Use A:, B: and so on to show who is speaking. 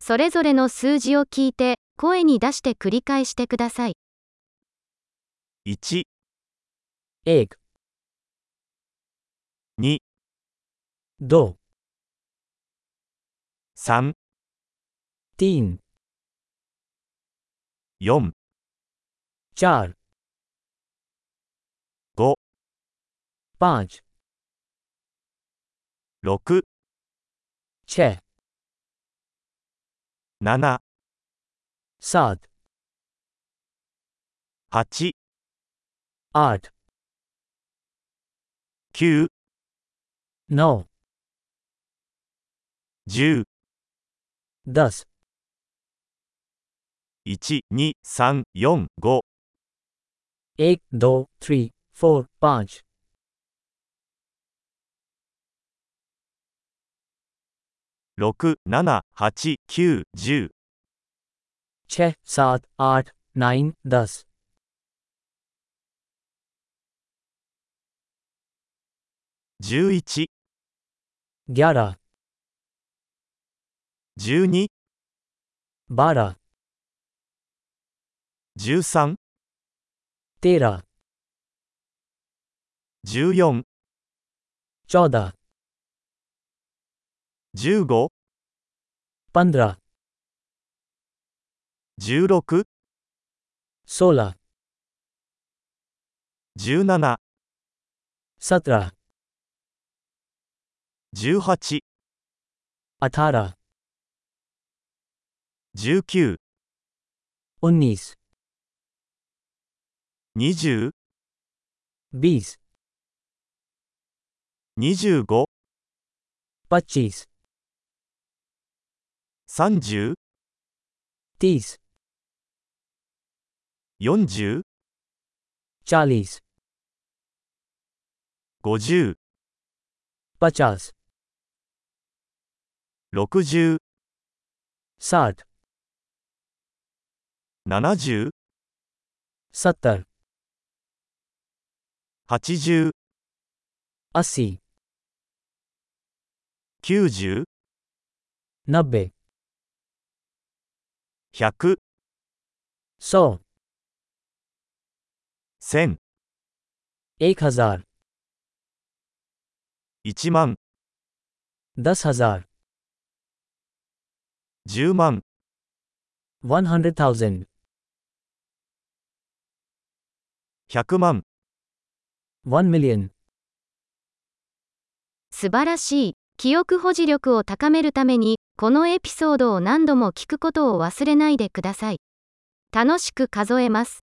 A: それぞれの数字を聞いて、声に出して繰り返してください。
B: 1、
C: एक
B: 2、
C: दो
B: 3、
C: तीन
B: 4、
C: चार
B: गो।
C: पाँच
B: 6、
C: छः
B: 7、
C: सात
B: 8、
C: आठ
B: 9、
C: नौ
B: 10、
C: दस
B: 1、2、3、4、5、
C: एक दो थ्री फोर पाँच
B: 6、7、8、9、10、
C: छः सात आठ नाइन दस
B: 11、
C: ग्यारह
B: 12、
C: बारह
B: 13、
C: तेरह
B: 14、
C: चौदह
B: 15、
C: पंद्रह
B: 16、
C: सोलह
B: 17、
C: सत्रह
B: 18、
C: अठारह
B: 19、
C: उन्नीस
B: 20、
C: बीस
B: 25、
C: पच्चीस
B: 30、
C: तीस
B: 40、
C: चालीस
B: 50、
C: पचास
B: 60、
C: साठ
B: 70、
C: सत्तर
B: 80、
C: अस्सी
B: 90、
C: नब्बे
B: 100、
C: सौ
B: 1000、
C: एक हजार
B: 1万、
C: दस हजार
B: 10万、
C: वन हंड्रेड थाउजेंड
B: 100万、
C: वन मिलियन
A: 素晴らしい。記憶保持力を高めるために、このエピソードを何度も聞くことを忘れないでください。楽しく数えます。